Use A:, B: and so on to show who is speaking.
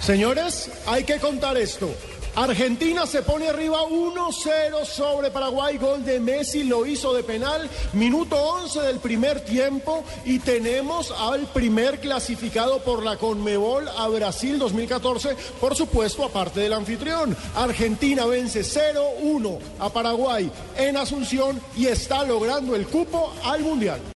A: Señores, hay que contar esto. Argentina se pone arriba 1-0 sobre Paraguay. Gol de Messi lo hizo de penal. Minuto 11 del primer tiempo. Y tenemos al primer clasificado por la Conmebol a Brasil 2014. Por supuesto, aparte del anfitrión. Argentina vence 0-1 a Paraguay en Asunción y está logrando el cupo al Mundial.